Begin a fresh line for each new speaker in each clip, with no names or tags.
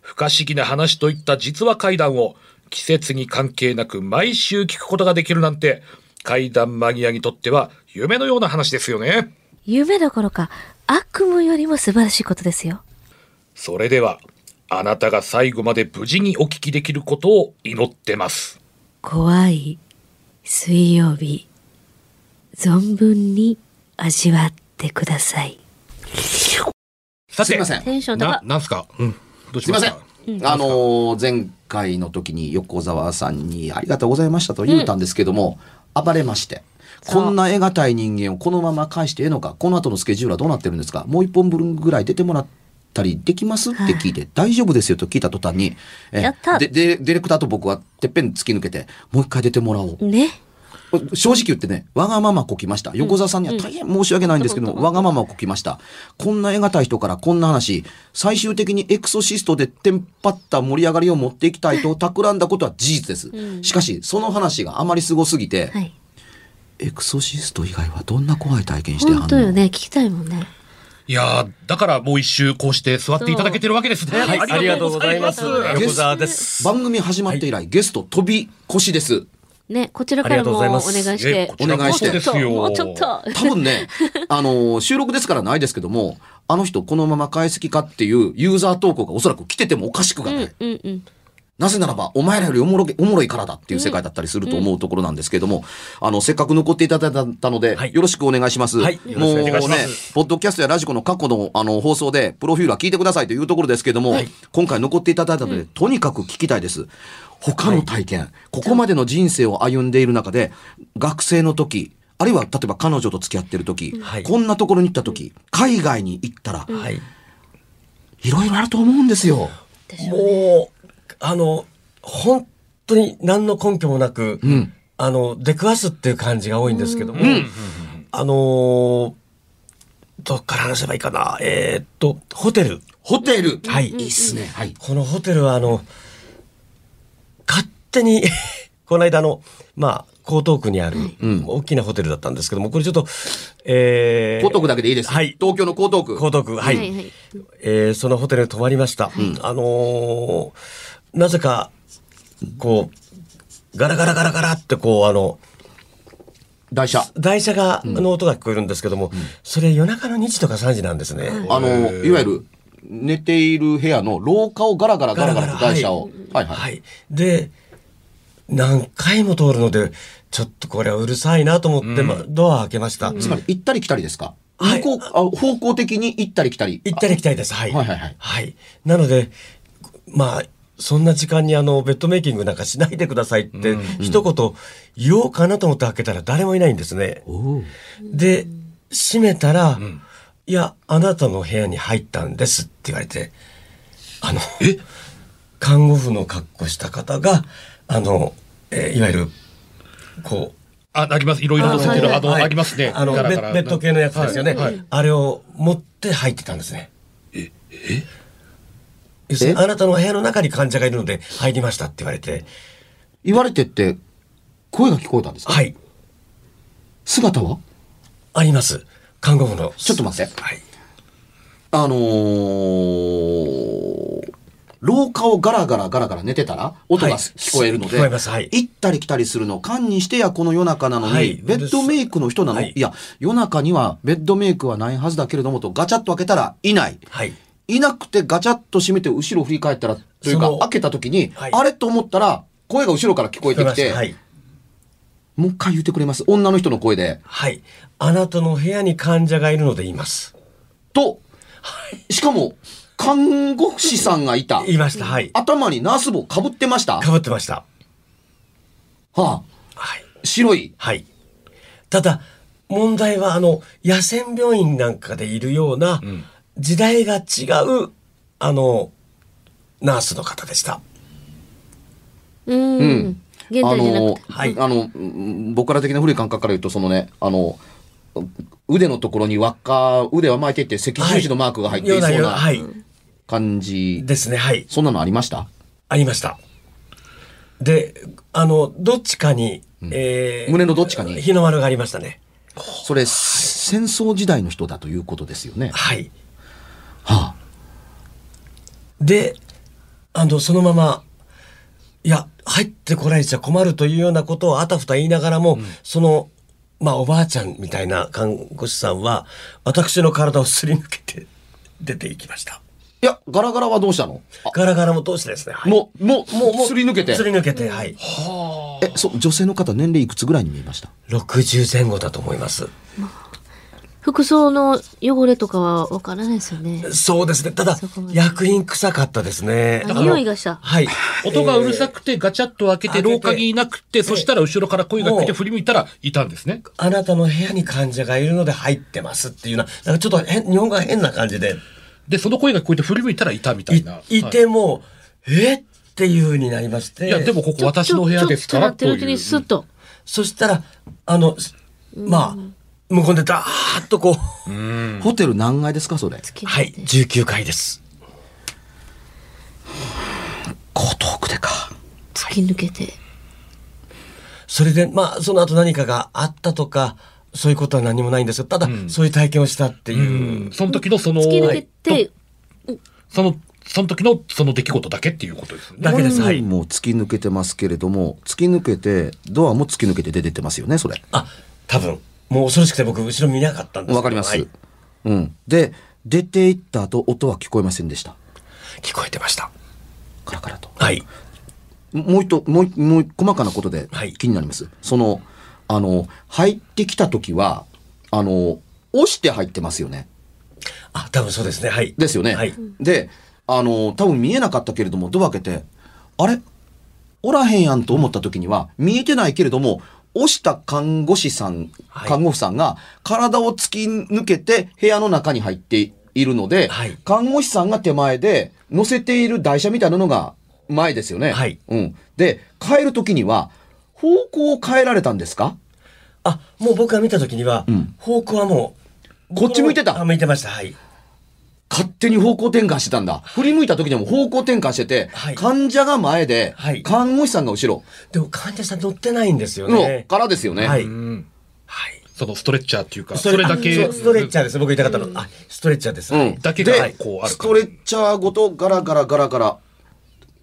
不可思議な話といった実話怪談を季節に関係なく毎週聞くことができるなんて、怪談マニアにとっては夢のような話ですよね。
夢どころか悪夢よりも素晴らしいことですよ。
それでは、あなたが最後まで無事にお聞きできることを祈ってます。
怖い水曜日存分に味わってください
さ
すいませ
ん。
ん
テンション高
な
っ、
なんすかうん。どう
す
し
い
ま
ま
し
せ
た
ん、あのー前回の時に横澤さんにありがとうございましたと言ったんですけども、暴れまして
そう
こんな得難い人間をこのまま返してええのかこの後のスケジュールはどうなってるんですかもう一本分ぐらい出てもらったりできますって聞いて、大丈夫ですよと聞いた途端にえ
やった
ででディレクターと僕はてっぺん突き抜けてもう一回出てもらおう
ね
正直言ってね、わがままこきました。横澤さんには大変申し訳ないんですけど、わがままこきました。こんな得難い人からこんな話、最終的にエクソシストでテンパった盛り上がりを持っていきたいと企んだことは事実です。しかし、その話があまりすごすぎて、
はい
エクソシスト以外はどんな怖い体験してはんの
本当よね聞きたいもんね
いやー、だからもう一周こうして座っていただけてるわけですね。
はい、ありがとうございます。
ありがとうござい
横澤です。
番組始まって以来、ゲスト飛び越しです。
ねこちらからもお
あり
願い
がとうご
し
ざいます
て
えこちら
お願いして
ですよ
もうちょっと
多分ね、 あの収録ですからないですけども、あの人このまま返す気かっていうユーザー投稿がおそらく来ててもおかしくがない。
うんうん
なぜならば、お前らよりおもろげおもろいからだっていう世界だったりすると思うところなんですけれども、あの、せっかく残っていただいたので、
はい
よろしくお願いします。
はいよろ
も
し
う
くお
ね
願いします、
ポッドキャストやラジコの過去のあの放送で、プロフィールは聞いてくださいというところですけれども、今回残っていただいたので、とにかく聞きたいです。他の体験、ここまでの人生を歩んでいる中で、学生の時、あるいは例えば彼女と付き合ってる時、
はい
こんなところに行った時、海外に行ったら、
はい。
いろいろあると思うんですよ。
もう、あの、本当に何の根拠もなく、あの、出くわすっていう感じが多いんですけども、あのーどっから話せばいいかな。えーっと、ホテル。
ホテル。
はい
いいっすね。はい。
このホテルはあの、勝手に、 この間あの、まあ、江東区にある大きなホテルだったんですけども、これちょっと、えー、
江東区だけでいいです。
はい
東京の江東区。
江東区、はい。
はいはい
えーそのホテルに泊まりました。あのーなぜか、こう、ガラガラガラガラってこう、あの、
台車。
台車が、の音が聞こえるんですけども、それ夜中の2時とか3時なんですね。
あの、いわゆる、寝ている部屋の廊下をガラガラガラガラと
ガラガラ
台車を。はいはい。
はい。で、何回も通るので、ちょっとこれはうるさいなと思って、まドア開けました。
つまり、行ったり来たりですか、
はい
向こうあ方向的に行ったり来たり。
行ったり来たりです。はい。
はいはいはい
なので、まあ、そんな時間にあの、ベッドメイキングなんかしないでくださいって、一言言おうかなと思って開けたら誰もいないんですね。で、閉めたら、いや、あなたの部屋に入ったんですって言われて、あの、看護婦の格好した方が、あの、えーいわゆる、こう、
あ、あります。いろいろと
ホ
ホ
テ
テ
ル
ル、あの、
はい
ありますね。
あの、ベ
ガラガラ
ッベッド系のやつですよね。
はいはい
あれを持って入ってたんですね。え、えあなたの部屋の中に患者がいるので入りましたって言われて、
言われてって、声が聞こえたんですか
はい、
姿は
あります。看護婦の。
ちょっと待って
はい。
あのー廊下をガラガラガラガラ寝てたら音
は
が
い
聞こえるので、
聞こえますはい
行ったり来たりするのを勘にしてやこの夜中なのに、
はい
ベッドメイクの人なの、
はいい、
や夜中にはベッドメイクはないはずだけれどもとガチャッと開けたらいない、
はい。
いなくてガチャッと閉めて後ろ振り返ったら、というか
その
開けた時に、
はい
あれと思ったら、声が後ろから聞こえてきて、
はい。
もう一回言ってくれます。女の人の声で。
はい。あなたの部屋に患者がいるので言います。
と、しかも、看護師さんがいた。
言いました。はい。
頭にナース帽かぶってました。
か
は
ぶってました。
あ、
はい。
白い。
はい。ただ、問題は、あの、野戦病院なんかでいるような、時代が違う、あの、ナースの方でした。
うん
うん
現代じゃなくて
あの、
はい
あのうん僕ら的な古い感覚から言うと、そのね、あの、腕のところに輪っか、腕は巻いていって赤十字のマークが入っていそう
ような
な
はい。
感じ。
ですね、はい。
そんなのありました
ありました。で、あの、どっちかに、え
胸のどっちかに
日の丸がありましたね。
それ、戦争時代の人だということですよね。
はい。
はあ、
で、あの、そのまま、いや、入ってこられちゃ困るというようなことをあたふた言いながらも、その、まあ、おばあちゃんみたいな看護師さんは、私の体をすり抜けて出ていきました。
いや、ガラガラはどうしたのあ
ガラガラも通してですね。はい
もう、もう、もう、もう、すり抜けて。
すり抜けて、はい。
え、そう、女性の方、年齢いくつぐらいに見えました
60前後だと思います。
服装の汚れとかはわからないですよね。
そうですね。ただ
そこま、で
薬品臭かったですね。
あ匂いがした
はい。
音がうるさくてガチャッと開けて
開けて
廊下にいなくて、そしたら後ろから声が来て振り向いたらいたんですね。
あなたの部屋に患者がいるので入ってますっていうな、なんかちょっと変、日本語が変な感じで、
で、その声が聞こえて振り向いたらいたみたいな。
いい
はい
ても、えっていう風になりまして、
いや、でもここ私の部屋ですから
ち
と
ょ
い
っとちょっとやってる
う。
うちにスッと。
そしたら、あの、すまあ、向こうでダーッとこう、
ホテル何階ですか、それ。
はい、19階です。
江東区でか。
突き抜けて。
それで、まあ、その後何かがあったとか、そういうことは何もないんですよ。ただ、そういう体験をしたっていう。
うんその時のその、
突き抜けて、
その、その時のその出来事だけっていうことですよね。
だけです。はい。
もう突き抜けてますけれども、突き抜けて、ドアも突き抜けて出てってますよね、それ。
あ、多分。もう恐ろしくて僕、後ろ見なかったんですけど
わかります、
はい
うん。で、出て行った後、音は聞こえませんでした。
聞こえてました。
カラカラと。
はい。
もう一度、もう一、もう一細かなことで
はい
気になります。その、あの、入ってきた時は、あの、押して入ってますよね。
あ、多分そうですね。はい。
ですよね。
はい。
で、あの、多分見えなかったけれども、ドア開けて、あれおらへんやんと思った時には、見えてないけれども、押した看護師さん、
はい
看護婦さんが、体を突き抜けて部屋の中に入っているので、
はい
看護師さんが手前で、乗せている台車みたいなのが前ですよね。
はい
うん。で、帰る時には、方向を変えられたんですか
あ、もう僕が見た時には、
ん
方向はもう、
こっち向いてた
あ、向いてました。はい。
勝手に方向転換してたんだ。振り向いた時にはもう方向転換してて、
はい
患者が前で、
はい
看護師さんが後ろ
でも患者さん乗ってないんですよ
の
ね。
からですよね。
はい。
うん
はい。
そのストレッチャーっていうか、それだけ。
あそうストレッチャーです。僕言いたかったの。あ、ストレッチャーです。
う
はい
ん、
だけ
で
がこうある
ストレッチャーごとガラガラガラガラ。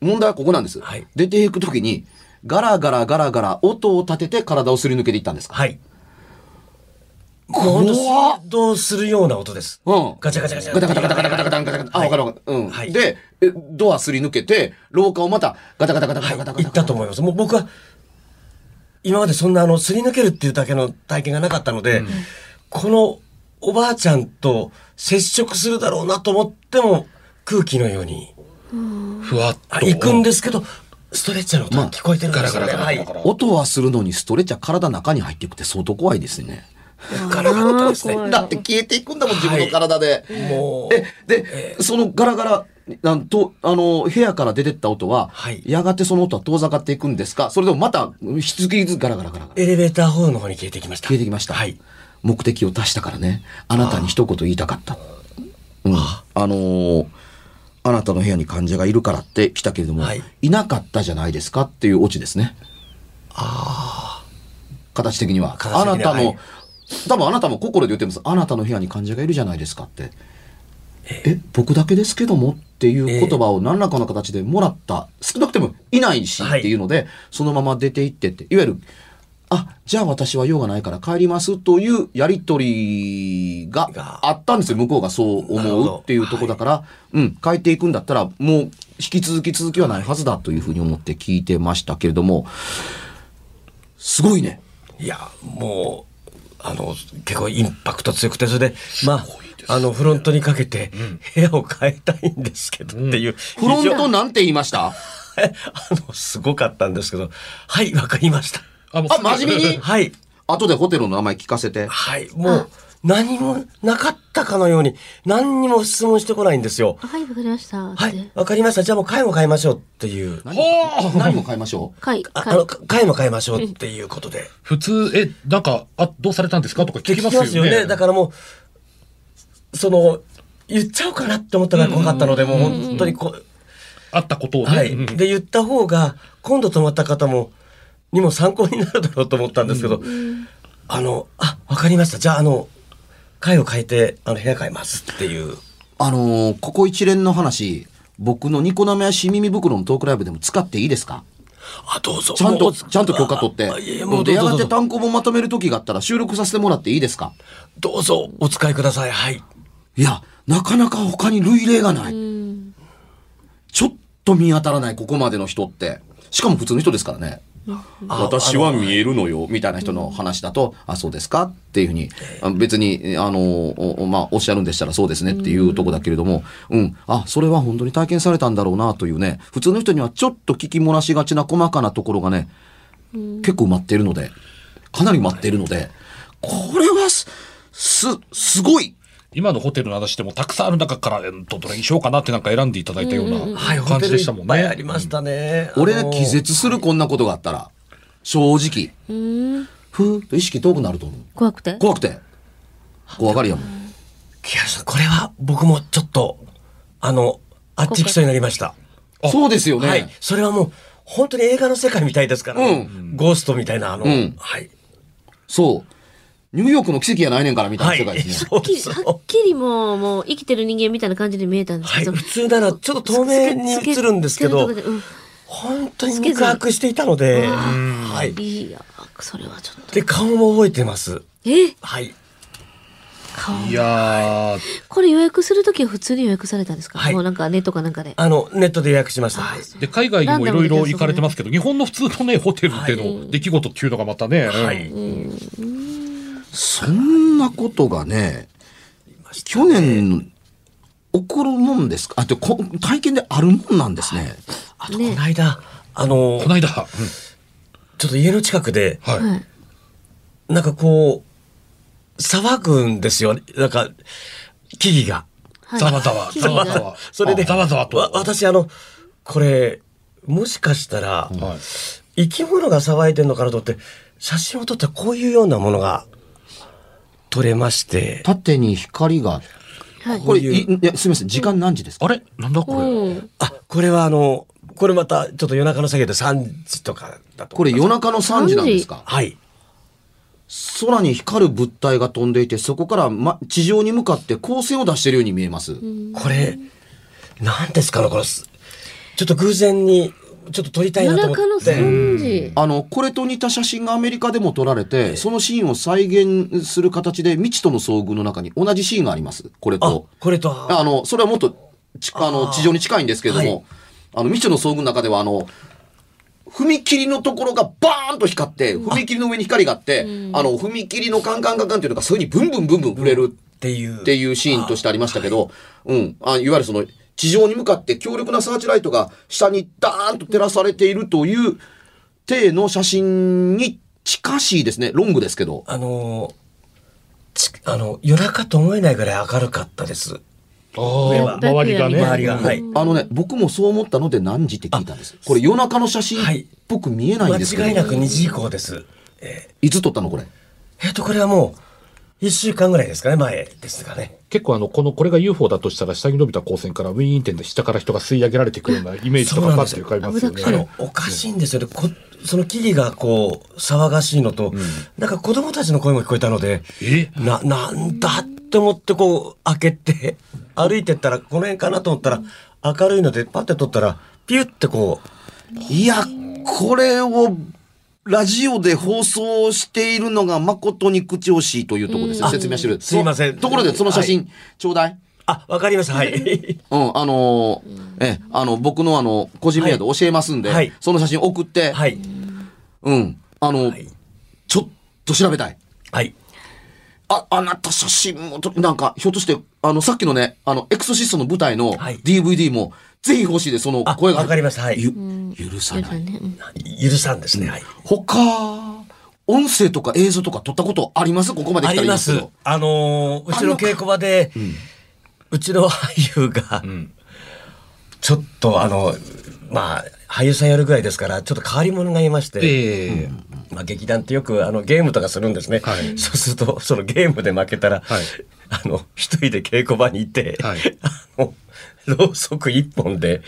問題はここなんです。
はい
出ていく時に、ガラガラガラガラ音を立てて体をすり抜けていったんですか、
はい。もう本当振動するような音です。
うん。
ガチャガチャガチャ
ガタガタガタガタガタガタガタガタ。あ、わかるわかる。うん。
はい
で、えドアすり抜けて、廊下をまたガタガタガタガタガタガタガタ。
行ったと思います。もう僕は、今までそんなあの、すり抜けるっていうだけの体験がなかったので、このおばあちゃんと接触するだろうなと思っても、空気のように。
ふわっ
あ
と。
行くんですけど、ストレッチャーの音が聞こえてるんですよね。
ガラガラガラガ
は
ラ
い
音はするのにストレッチャー体の中に入っていくって相当怖いですね。
ガラガラとですね
あー怖い
だって消えていくんだもん、自分の体で。
も
え、で、そのガラガラ、なんと、あの、部屋から出てった音は、
はい
やがてその音は遠ざかっていくんですかそれともまた、引き続きガラガラガラガ
う、
ラ。
エレベーターホールの方に消えてきました。
消えてきました。
はい。
目的を達したからね、あなたに一言言いたかった。うん。あのーあなたの部屋に患者がいるからって来たけれども、
はい
い、なかったじゃないですかっていうオチですね。形的には。
形的には
あなたの、
はい
多分あなたも心で言ってます。あなたの部屋に患者がいるじゃないですかって。え、僕だけですけどもっていう言葉を何らかの形でもらった、少なくてもいないし
はい
っていうので、そのまま出て行ってって、いわゆる、あ、じゃあ私は用がないから帰りますというやりとりが
が
あったんですよ。向こうがそう
なるほ
思う
ど
っていうところだから、うん、変えていくんだったら、もう引き続き続きはないはずだというふうに思って聞いてましたけれども、すごいね。
いや、もう、あの、結構インパクト強くて、それで、まあ、あの、フロントにかけて、部屋を変えたいんですけどっていう。
フロン
非常
トなんて言いました
えあの、すごかったんですけど、はい、わかりました。
あ、も
あ真面目に
はい、
後でホテルの名前聞かせて。
はい、もう、何もなかったかのように、何にも質問してこないんですよ。
はい、わかりました。っ
は
て
い、わかりました。じゃあもう回も変えましょうっていう。
何何を変えましょう
はい、
あ
は
あ
い
の、回も変えましょうっていうことで。
普通、え、なんか、あ、どうされたんですかとか聞き
聞き
ま
ますす
よ
よ
ね。
ねだからもうその言っちゃおうかなって思ったら怖かったので、もう本当にこう、
あったことをね。
はい、
うん
で言った方が今度泊まった方もにも参考になるだろうと思ったんですけど、あのあわかりましたじゃああの階を変えてあの部屋変えますっていう
あのーここ一連の話、僕のニコ生やし耳袋のトークライブでも使っていいですか
あどうぞ
ちゃん
も
と、
う
ちゃんと許可取って
あいやい。やも
も
う
う出
どう
や
ぞど
が
う
て
ぞ
単行本まとめる時があったら収録させてもらっていいですか
どうぞお使いくださいはい
いや、なかなか他に類例がない。ちょっと見当たらない、ここまでの人って。しかも普通の人ですからね。
あ
私は見えるのよ、みたいな人の話だと、あ、そうですかっていうふうに、あ別に、あの、おおまあ、おっしゃるんでしたらそうですねっていうとこだけれども、うん、あ、それは本当に体験されたんだろうなというね、普通の人にはちょっと聞き漏らしがちな細かなところがね、結構埋まっているので、かなり埋まっているので、これはす、す、すごい
今のホテルの話でもたくさんある中から、えっと、どれにしようかなってなんか選んでいただいたような
はい
感じでしたもん
ホテルいっ
ね。
ぱいありましたね、
俺
あの
気絶するこんなことがあったら正直ふーっと意識遠くなると思う
怖くて
怖くて怖がりやもん
木原さんこれは僕もちょっとあのあっち行きそうになりました
そうですよね、
はい。それはもう、本当に映画の世界みたいですから、
う
ゴーストみたいな、あの、
うん
はい。
そうニューヨークの奇跡やないねんからみた
はい
な世界
い。
ですね、
そうです。
はっきりもう、もう生きてる人間みたいな感じで見えたんです
は
け
い。
ど。
普通なら、ちょっと透明に映るんですけ
透
ど
明、に映るとこ
本当に肉薄していたので、はい
でうん。。いや、それはちょっと。
で、顔も覚えてます。
え
はい。
顔。
いやー、
これ予約するときは普通に予約されたんですか、
はい
もうなんかネットかなんかで。
あの、ネットで予約しました。はい。
で海外にもいろいろ行かれてますけど、日本の普通のね、ホテルでの出来事っていうのがまたね、
はい
そんなことがね去年起こるもんですかあってこ体験であるもんなんですね、
あと、この間、あの
こ、の間、
ちょっと家の近くで、
うんはい。
はい。
なんかこう、騒ぐんですよ。なんか、木々が。
はい
ざわざわ、
木
ざ
々
わ
が
ざわ。
それで
あざわざわと。
わ私あのこれもしかしたら、
はい
生き物が騒いでるのかなと思って写真を撮ったらこういうようなものが撮れまして
縦に光が
はい。
これ
こう
い
いう
いやすみません時間何時ですか、
あれなんだこれ。
うん
あこれはあのこれまたちょっと夜中の作業で3時とかだと
これ夜中の3時なんですか
はい
空に光る物体が飛んでいて、そこから、ま、地上に向かって光線を出してるように見えます。
これ何ですかねこのすちょっと偶然にちょっと撮りたい
夜
なと思
中の
って
3時。
あの、これと似た写真がアメリカでも撮られて、そのシーンを再現する形で未知との遭遇の中に同じシーンがあります。これ
あ
と。
これと
あの、それはもっとち、あの、地上に近いんですけれども、
はい
あの、未知との遭遇の中では、あの、踏切のところがバーンと光って、踏切の上に光があって、あの、踏切のカンカンカンカンっていうのが、そういうふうにブンブンブンブン触れる
っていう
っていうシーンとしてありましたけど、うん、あいわゆるその地上に向かって強力なサーチライトが下にダーンと照らされているという体の写真に近しいですね。ロングですけど。
あのちあの夜中と思えないぐらい明るかったです
あー周りがね。
周りがはい
あのね、僕もそう思ったので何時って聞いたんです。これ夜中の写真っぽく見えないんですけど、
間違い
い
なく2時以降です。え
つ撮ったのこれ。
ーえっと、これはもう、1週間ぐらいですかね、前ですかね。
結構あの、この、これが UFO だとしたら、下に伸びた光線からウィーンってんで下から人が吸い上げられてくるようなイメージと
そう
か
なん
パ
で
ッ
す
て
よ
浮かびますよ
危なくな
ね
い。
おかしいんですよね。こその木々がこう、騒がしいのと、なんか子供たちの声も聞こえたので、
え
な、なんだって思ってこう、開けて、歩いてったら、この辺かなと思ったら、明るいので、パッて撮ったら、ピュってこう、
いや、これをラジオで放送しているのが誠に口惜しいというところですね。
うん
説明してる。
あすいません
ところで、その写真、ちょうだい。
あ、わかりました。はい。
うん、あのーえ、あの、僕のあの、個人名で教えますんで、
はい
その写真送って、
はい。
うん、あの、
い
ちょっと調べたい。
はい。
あ、あなた写真もと、なんか、ひょっとして、あの、さっきのね、あの、エクソシストの舞台の
はい
DVD も、ぜひ欲しいです、その
あ
声が。
わかりましたはい
ゆ許さ
そう
な
だ
い。
ね。うん
許さんですね。はい。
他、音声とか映像とか撮ったことありますここまで
あ
来たらいい
り
で
ます
け
す
ど。。
あのーうちの稽古場で、うちの俳優が、ちょっとあの、まあ、俳優さんやるぐらいですから、ちょっと変わり者がいまして、
ええ
まあ、劇団ってよくあのゲームとかするんですね、
はい
そうするとそのゲームで負けたら、
はい
あの一人で稽古場にいて、
はい
あのろうそく一本で、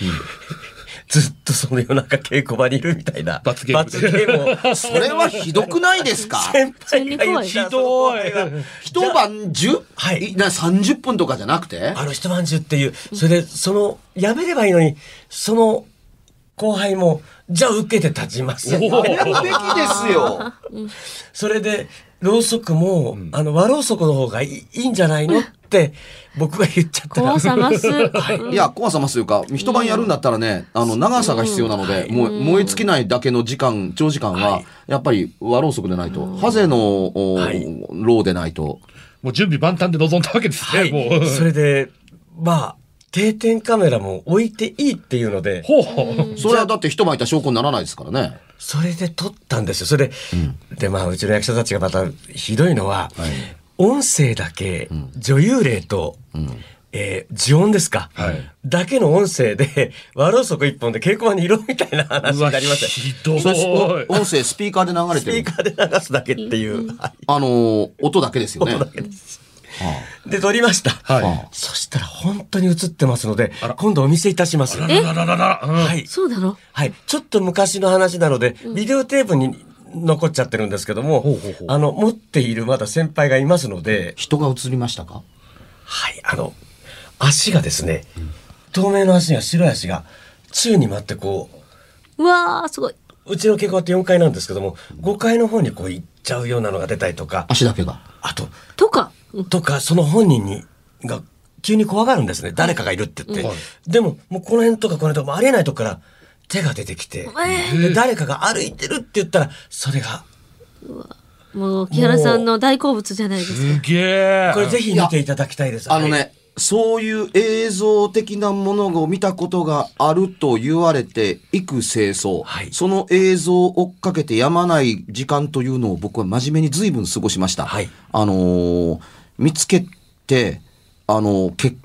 ずっとその夜中稽古場にいるみたいな
罰ゲーム
罰ゲームを
そ れはひどくないです か
先輩が言って
ひ
どい
一晩中
はい
な30分とかじゃなくて
あの一晩中っていう、それで、その、やめればいいのに、その後輩も、じゃあ受けて立ちます。
お
やるべきですよ。
それで、ろうそくも、あの、和ろうそくの方がいいいいんじゃないのって、僕が言っちゃったら。
怖さます。
いや、怖さますというか、一晩やるんだったらね、あの、長さが必要なので、もう燃え尽きないだけの時間、長時間は、やっぱり和ろうそくでないと、ハゼの、お
はい
ろうでないと。
もう準備万端で臨んだわけですね、
はい
もう。。
それで、まあ、定点カメラも置いていいっていうので、
ほうほう。
それはだって一晩いた証拠にならないですからね。
それで撮ったんですよ。それで、で、まあ、うちの役者たちがまたひどいのは、音声だけ、女優霊と、えー呪音ですか、
はい
だけの音声で、 和ろうそく一本で稽古場にいろみたいな話になりました。ス
ひどい。
そしてお音声スピーカーで流れ
ピ
て
ー
る。
カーで流すだけっていう、は
あのー、音だけですよね。
いで、撮りました。
はい
あ
そしたら本当に映ってますので
あら、
今度お見せいたします。
あらららららら。
は
はい。
い。
そうなの
はい、ちょっと昔の話なので、ビデオテープに残っちゃってるんですけども、
ほうほうほう
あの、持っているまだ先輩がいますので、
人が映りましたか
はい、あの、足がですね、透明の足が白い足が、宙に舞ってこう、
うわー、すごい。
うちの稽古場って4階なんですけども、5階の方にこう行っちゃうようなのが出たりとか、
足だけが。
あと、
とか。うん
とか、その本人に、が、急に怖がるんですね。誰かがいるって言って。でも、もうこの辺とかこの辺とかもうありえないとこから手が出てきて、
え
で誰かが歩いてるって言ったら、それが
ーもう、木原さんの大好物じゃないですか。
すげえ。
これぜひ見ていただきたいです。
あのね、そういう映像的なものを見たことがあると言われていく清掃、
はい
その映像を追っかけてやまない時間というのを僕は真面目に随分過ごしました。
はい
あのー見つけて、あのー結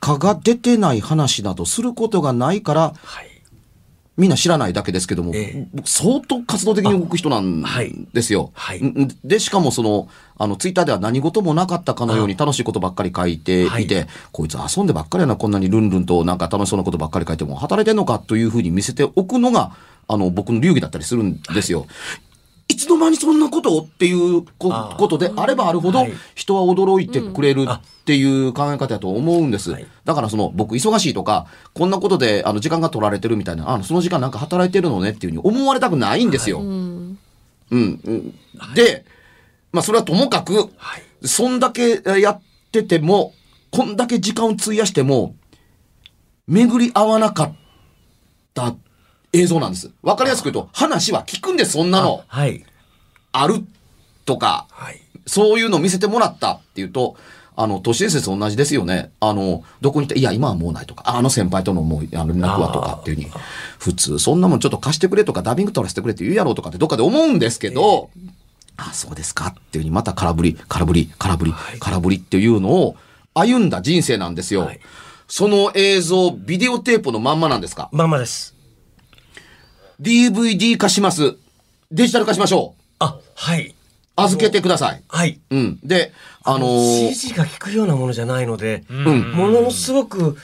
果が出てない話などすることがないから、
はい。はい。
みんな知らないだけですけども、
ええ
僕相当活動的に動く人なん
はい
ですよ。
はい
んで、しかもその、あの、ツイッターでは何事もなかったかのように楽しいことばっかり書いて
はい
いて、こいつ遊んでばっかりやな、こんなにルンルンとなんか楽しそうなことばっかり書いても働いてんのかというふうに見せておくのが、あの、僕の流儀だったりするんですよ。いつの間にそんなことをっていうこ
ああ
ことであればあるほど
はい
人は驚いてくれるっていう考え方だと思うんです。
はい
だからその僕忙しいとかこんなことであの時間が取られてるみたいなあのその時間なんか働いてるのねっていうふうに思われたくないんですよ。
うん。
うんうんで、まあ、それはともかく、
はい
そんだけえやっててもこんだけ時間を費やしても巡り合わなかった映像なんです。わかりやすく言うと話は聞くんですそんなの。
はい。
あるとか
はい。
そういうの見せてもらったっていうと、あの、都市伝説と同じですよね。あの、どこに行って、いや、今はもうないとか、ああの先輩とのもうあの連絡はとかっていうふうに、普通、そんなもんちょっと貸してくれとか、ダビング取らせてくれって言うやろうとかってどっかで思うんですけど、ああ、そうですかっていうふうに、また空振り、空振り、空振り、空振りっていうのを歩んだ人生なんですよ。
はい
その映像、ビデオテープのまんまなんですか
まんまです。
?DVD 化します。デジタル化しましょう。
あ、はい。
預けてください。
はい。
うん。で、あのー
CG が効くようなものじゃないので、ものすごく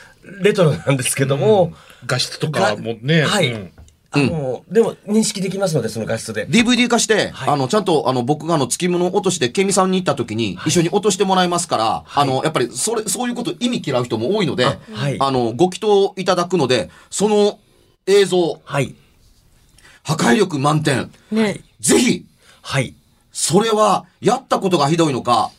レトロなんですけども、
画質とかもね。
がは
う
い
ん。
あの、でも認識できますので、その画質で。
DVD 化して、
はい
あの、ちゃんと、あの、僕があの、付き物落として、ケミさんに行った時に、一緒に落としてもらいますから、あの、やっぱり、それ、そういうこと意味嫌う人も多いので、あ,、
はい
の、ご祈祷いただくので、その映像、
はい。
破壊力満点。
ね。
ぜひ、
はい。
それは、やったことがひどいのか、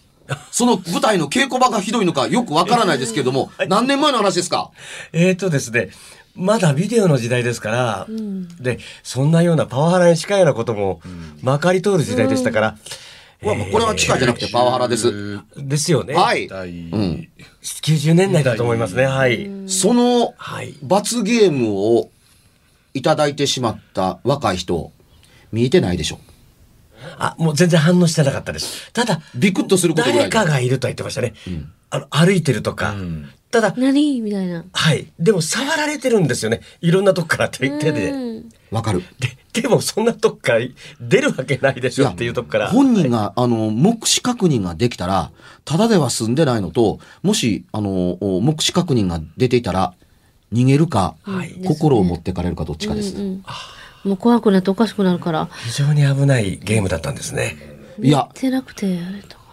その舞台の稽古場がひどいのか、よくわからないですけれども、何年前の話ですか
えーとですね、まだビデオの時代ですから、で、そんなようなパワハラに近いようなこともまかり通る時代でしたから、
うわもうこれは機械じゃなくてパワハラです。
ですよね。
はい。
第
90年代だと思いますね。はい。
その
はい、
罰ゲームをいただいてしまった若い人、見えてないでしょ。
あ、もう全然反応してなかったです。ただ、
ビクッとすることぐらい
誰
で
かがいるとは言ってましたね。あの、歩いてるとか。ただ、
何みたいな。
はい。でも触られてるんですよね。いろんなとこから手手で。
うん
わかる。
で、でもそんなとこから出るわけないでしょっていうとこから。
本人が、あの、目視確認ができたら、ただでは済んでないのと、もし、あの、お目視確認が出ていたら、逃げるか、
はい
心を持ってかれるかどっちかです。
うんうんもう怖くなっておかしくなるから。
非常に危ないゲームだったんですね。
いや
見、てなくて、あれとか。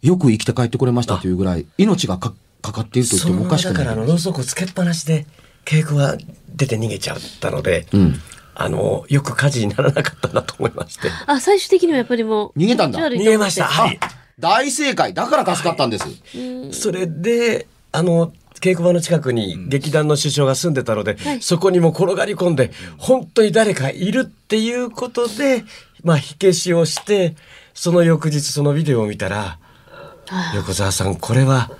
よく生きて帰ってこれましたというぐらい、命がかかかっていると言っ
そ
て
の
もお
ま
か
ま
しく
だからあ
な
の
い。
ろうそくをつけっぱなしで稽古が出て逃げちゃったので、
ん
あのよく火事にならなかったなと思いまして
あ、最終的にはやっぱりもう。
逃げたんだ
気持ち悪いと思っ
逃
て
げました。はい
あ大正解だから助かったんです。
それであの稽古場の近くに劇団の首相が住んでたので、
はい
そこにも転がり込んで本当に誰かいるっていうことで、まあ、火消しをしてその翌日そのビデオを見たら
あ
横澤さんこれは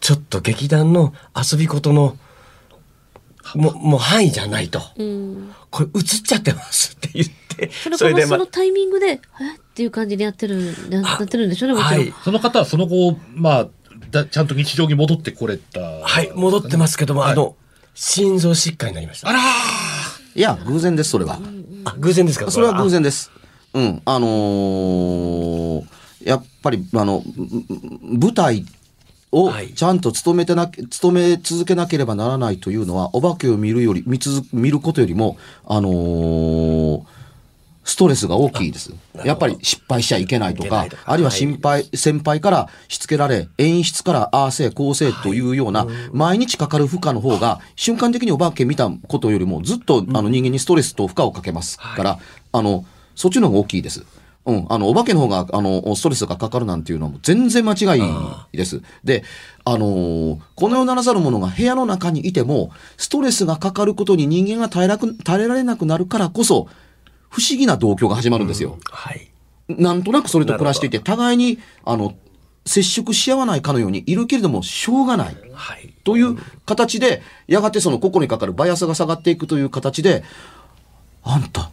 ちょっと劇団の遊び事のももう範囲じゃないと。
うん。
これ映っちゃってますって言って、
それこそそ
ま
のタイミングで、えっていう感じでやってる、ななってるんでしょうね、もち
は
ろん。
い、
その方はその後、まあ、だちゃんと日常に戻ってこれた。は
はい、戻ってますけども、
はい
あの、心臓疾患になりました。
あらー
いや、偶然です、それは。
あ偶然ですか
それは偶。然です。うん。あのーやっぱり、あの、んん舞台を
はい
ちゃんと務めてな、務め続けなければならないというのは、お化けを見るより、見続見ることよりも、あのーストレスが大きいです
なるほ。ど
やっぱり失敗しちゃいけないと
いけな
か
いと、か
あるいは心配、先輩からしつけられ、演出からああせえ、こうせえというような、毎日かかる負荷の方が、瞬間的にお化け見たことよりも、ずっとあの人間にストレスと負荷をかけますから、あの、そっちの方が大きいです。うん、あの、お化けの方が、あの、ストレスがかかるなんていうのはもう全然間違いです。で、あのーこのようならざる者が部屋の中にいても、ストレスがかかることに人間が耐えらく耐えられなくなるからこそ、不思議な同居が始まるんですよ。
はい。
なんとなくそれと暮らしていて、互いに、あの、接触し合わないかのようにいるけれども、しょうがない。
はい。
という形で、やがてその個々にかかるバイアスが下がっていくという形で、あんた、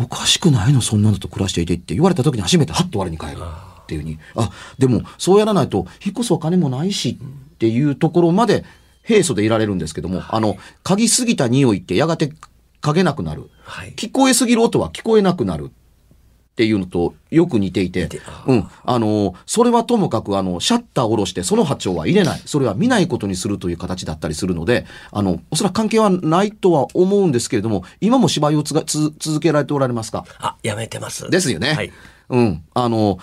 おかしくないのそんなのと暮らしていてって言われた時に初めてハッと我に返るっていうふうに。あ、でもそうやらないと引っ越すお金もないしっていうところまで平素でいられるんですけども、あの、嗅ぎすぎた匂いってやがて嗅げなくなる。
はい。
聞こえすぎる音は聞こえなくなるっていうのとよく似ていて
てあ、
うん、あの、それはともかく、あの、シャッターを下ろして、その波長は入れない。それは見ないことにするという形だったりするので、あの、おそらく関係はないとは思うんですけれども、今も芝居をつがつ続けられておられますか
あ、やめてます。
ですよね。
はい。
うん。あの、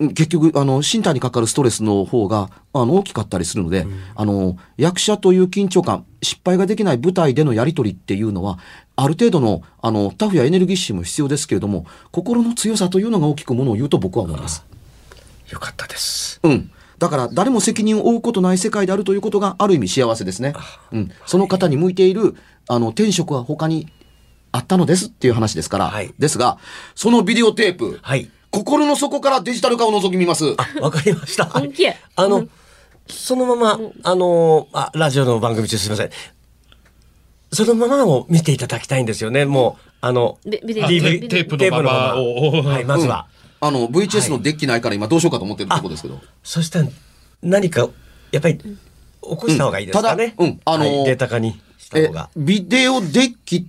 結局、あの、身体にかかるストレスの方が、あの、大きかったりするので、あの、役者という緊張感、失敗ができない舞台でのやりとりっていうのは、ある程度の、あの、タフやエネルギッシュも必要ですけれども、心の強さというのが大きくものを言うと僕は思います。
よかったです。
うん。だから、誰も責任を負うことない世界であるということが、ある意味幸せですね。うん。その方に向いている、あの、天職は他にあったのですっていう話ですから、
はい
ですが、そのビデオテープ、
はい。
心の底からデジタル化を覗き見ます。
あ、わかりまし た。
本気や
あの、そのまま、あの、あ、ラジオの番組中すいません。そのままを見ていただきたいんですよね。もう、あの、
ビビデオ
DV
テープのまま
テープのまま はい、まずは。
あの、VHS のデッキないから今どうしようかと思ってるとこですけど。
そしたら何かやっぱり起こした方がいいですかね。
ただうんあのー
はいデータ化にした
え
方が、。
ビデオデッキ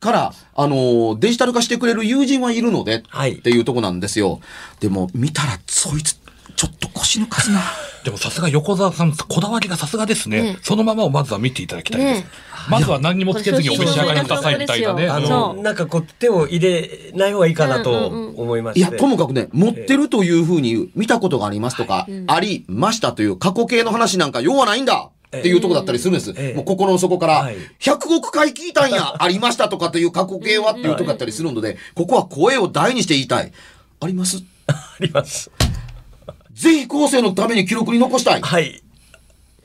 から、あのーデジタル化してくれる友人はいるので、
は
っ
い
ていうとこなんですよ。でも、見たら、そいつ、ちょっと腰抜かすな。
でもさすが横澤さん、こだわりがさすがですね。
ね
そのままをまずは見ていただきたいです。
ね
まずは何にもつけずにお召し上がりくださいみたいなね。
こ
あ
れ
の
そ
なんかこう手を入れない方がいいかなと
うんうんうん
思いま
い
して。
や、ともかくね、持ってるというふうに見たことがありますとか、ありましたという過去形の話なんか、用はないんだっていうとこだったりするんです。
ええ
もう心の底から
はい、
100億回聞いたんや、ありましたとかという過去形はっていうとこだったりするので、ここは声を大にして言いたい。あります
あります。
ぜひ後世のために記録に残したい。
はい。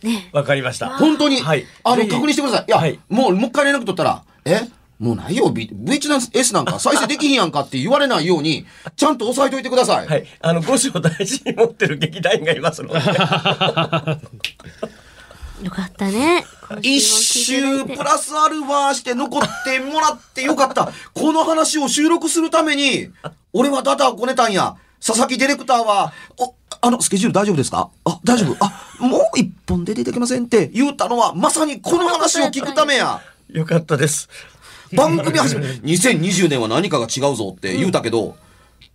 ね
わかりました。
本当に、
はい
あの、
ぜひ
確認してください。いや、
はい
もう、もう一回連絡取ったら、えもうないよ、V- VHS なんか再生できひんやんかって言われないように、ちゃんと押さえといてください。
はい。あの、五章大事に持ってる劇団員がいますので。
よかったね。
一
今週も聞
周
いていただいて
プラスアルファして残ってもらってよかった。この話を収録するために、俺はダダをこねたんや。佐々木ディレクターは、お、あの、スケジュール大丈夫ですかあ、大丈夫。あ、もう一本出ていただけませんって言うたのは、まさにこの話を聞くためや。
よかったです。
番組始め、2020年は何かが違うぞって言うたけど、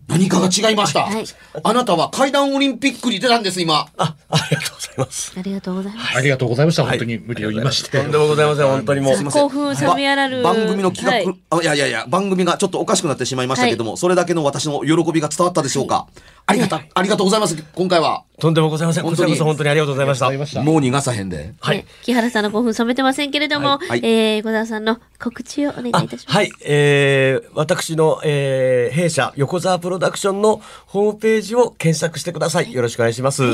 何かが違いました。
はい
あなたは階段オリンピックに出たんです、今。
あ、ありがとうございます。
ありがとうございます。
ありがとうございました。本当に無理を言いまして。
とんでもございません。本当にもう。
すいません
興奮冷めやらる。
ば番組の企
はい
画、あいやいやいや、番組がちょっとおかしくなってしまいましたけども、それだけの私の喜びが伝わったでしょうか。ありがた、ありがとうございます、今回は。
とんでもございません。こ
本
ち
当
ら
に
こそ本当にありがとうございました。
もう逃がさへんで。
はい
ね木原さんの興奮冷めてませんけれども、
はい
えー、小沢さんの告知をお願いいたします。
はい、えー、私の、えー、弊社、横澤プロダクションのホームページを検索してください。よろしくお願いします。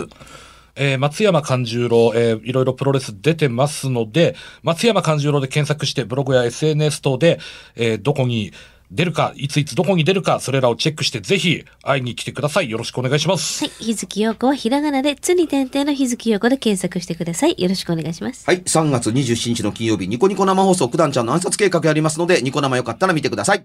えー松山勘十郎、えーいろいろプロレス出てますので、松山勘十郎で検索して、ブログや SNS 等で、えーどこに出るか、いついつどこに出るか、それらをチェックして、ぜひ会いに来てください。よろしくお願いします。
はい。日月陽子はひらがなで、つに点々の日月陽子で検索してください。よろしくお願いします。
はい、3月27日の金曜日、ニコニコ生放送、九段ちゃんの暗殺計画やりますので、ニコ生よかったら見てください。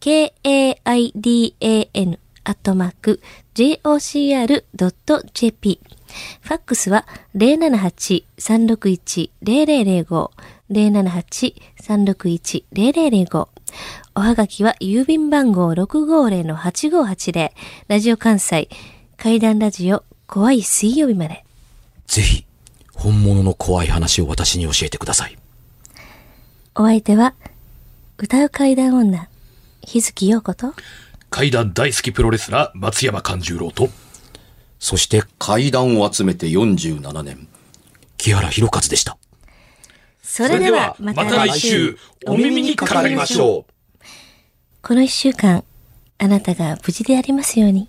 k-a-i-d-a-n アットマーク、jocr.jp。ファックスは、078-361-0005、078-361-0005。おはがきは、郵便番号650-8580、ラジオ関西、階段ラジオ、怖い水曜日まで。
ぜひ、本物の怖い話を私に教えてください。
お相手は、歌う階段女、日月陽子と、
階段大好きプロレスラー松山勘十郎と
そして、
階段を集めて47年
木原博一でした。
それではまた来週、
お耳にかかりましょう
この一週間、あなたが無事でありますように。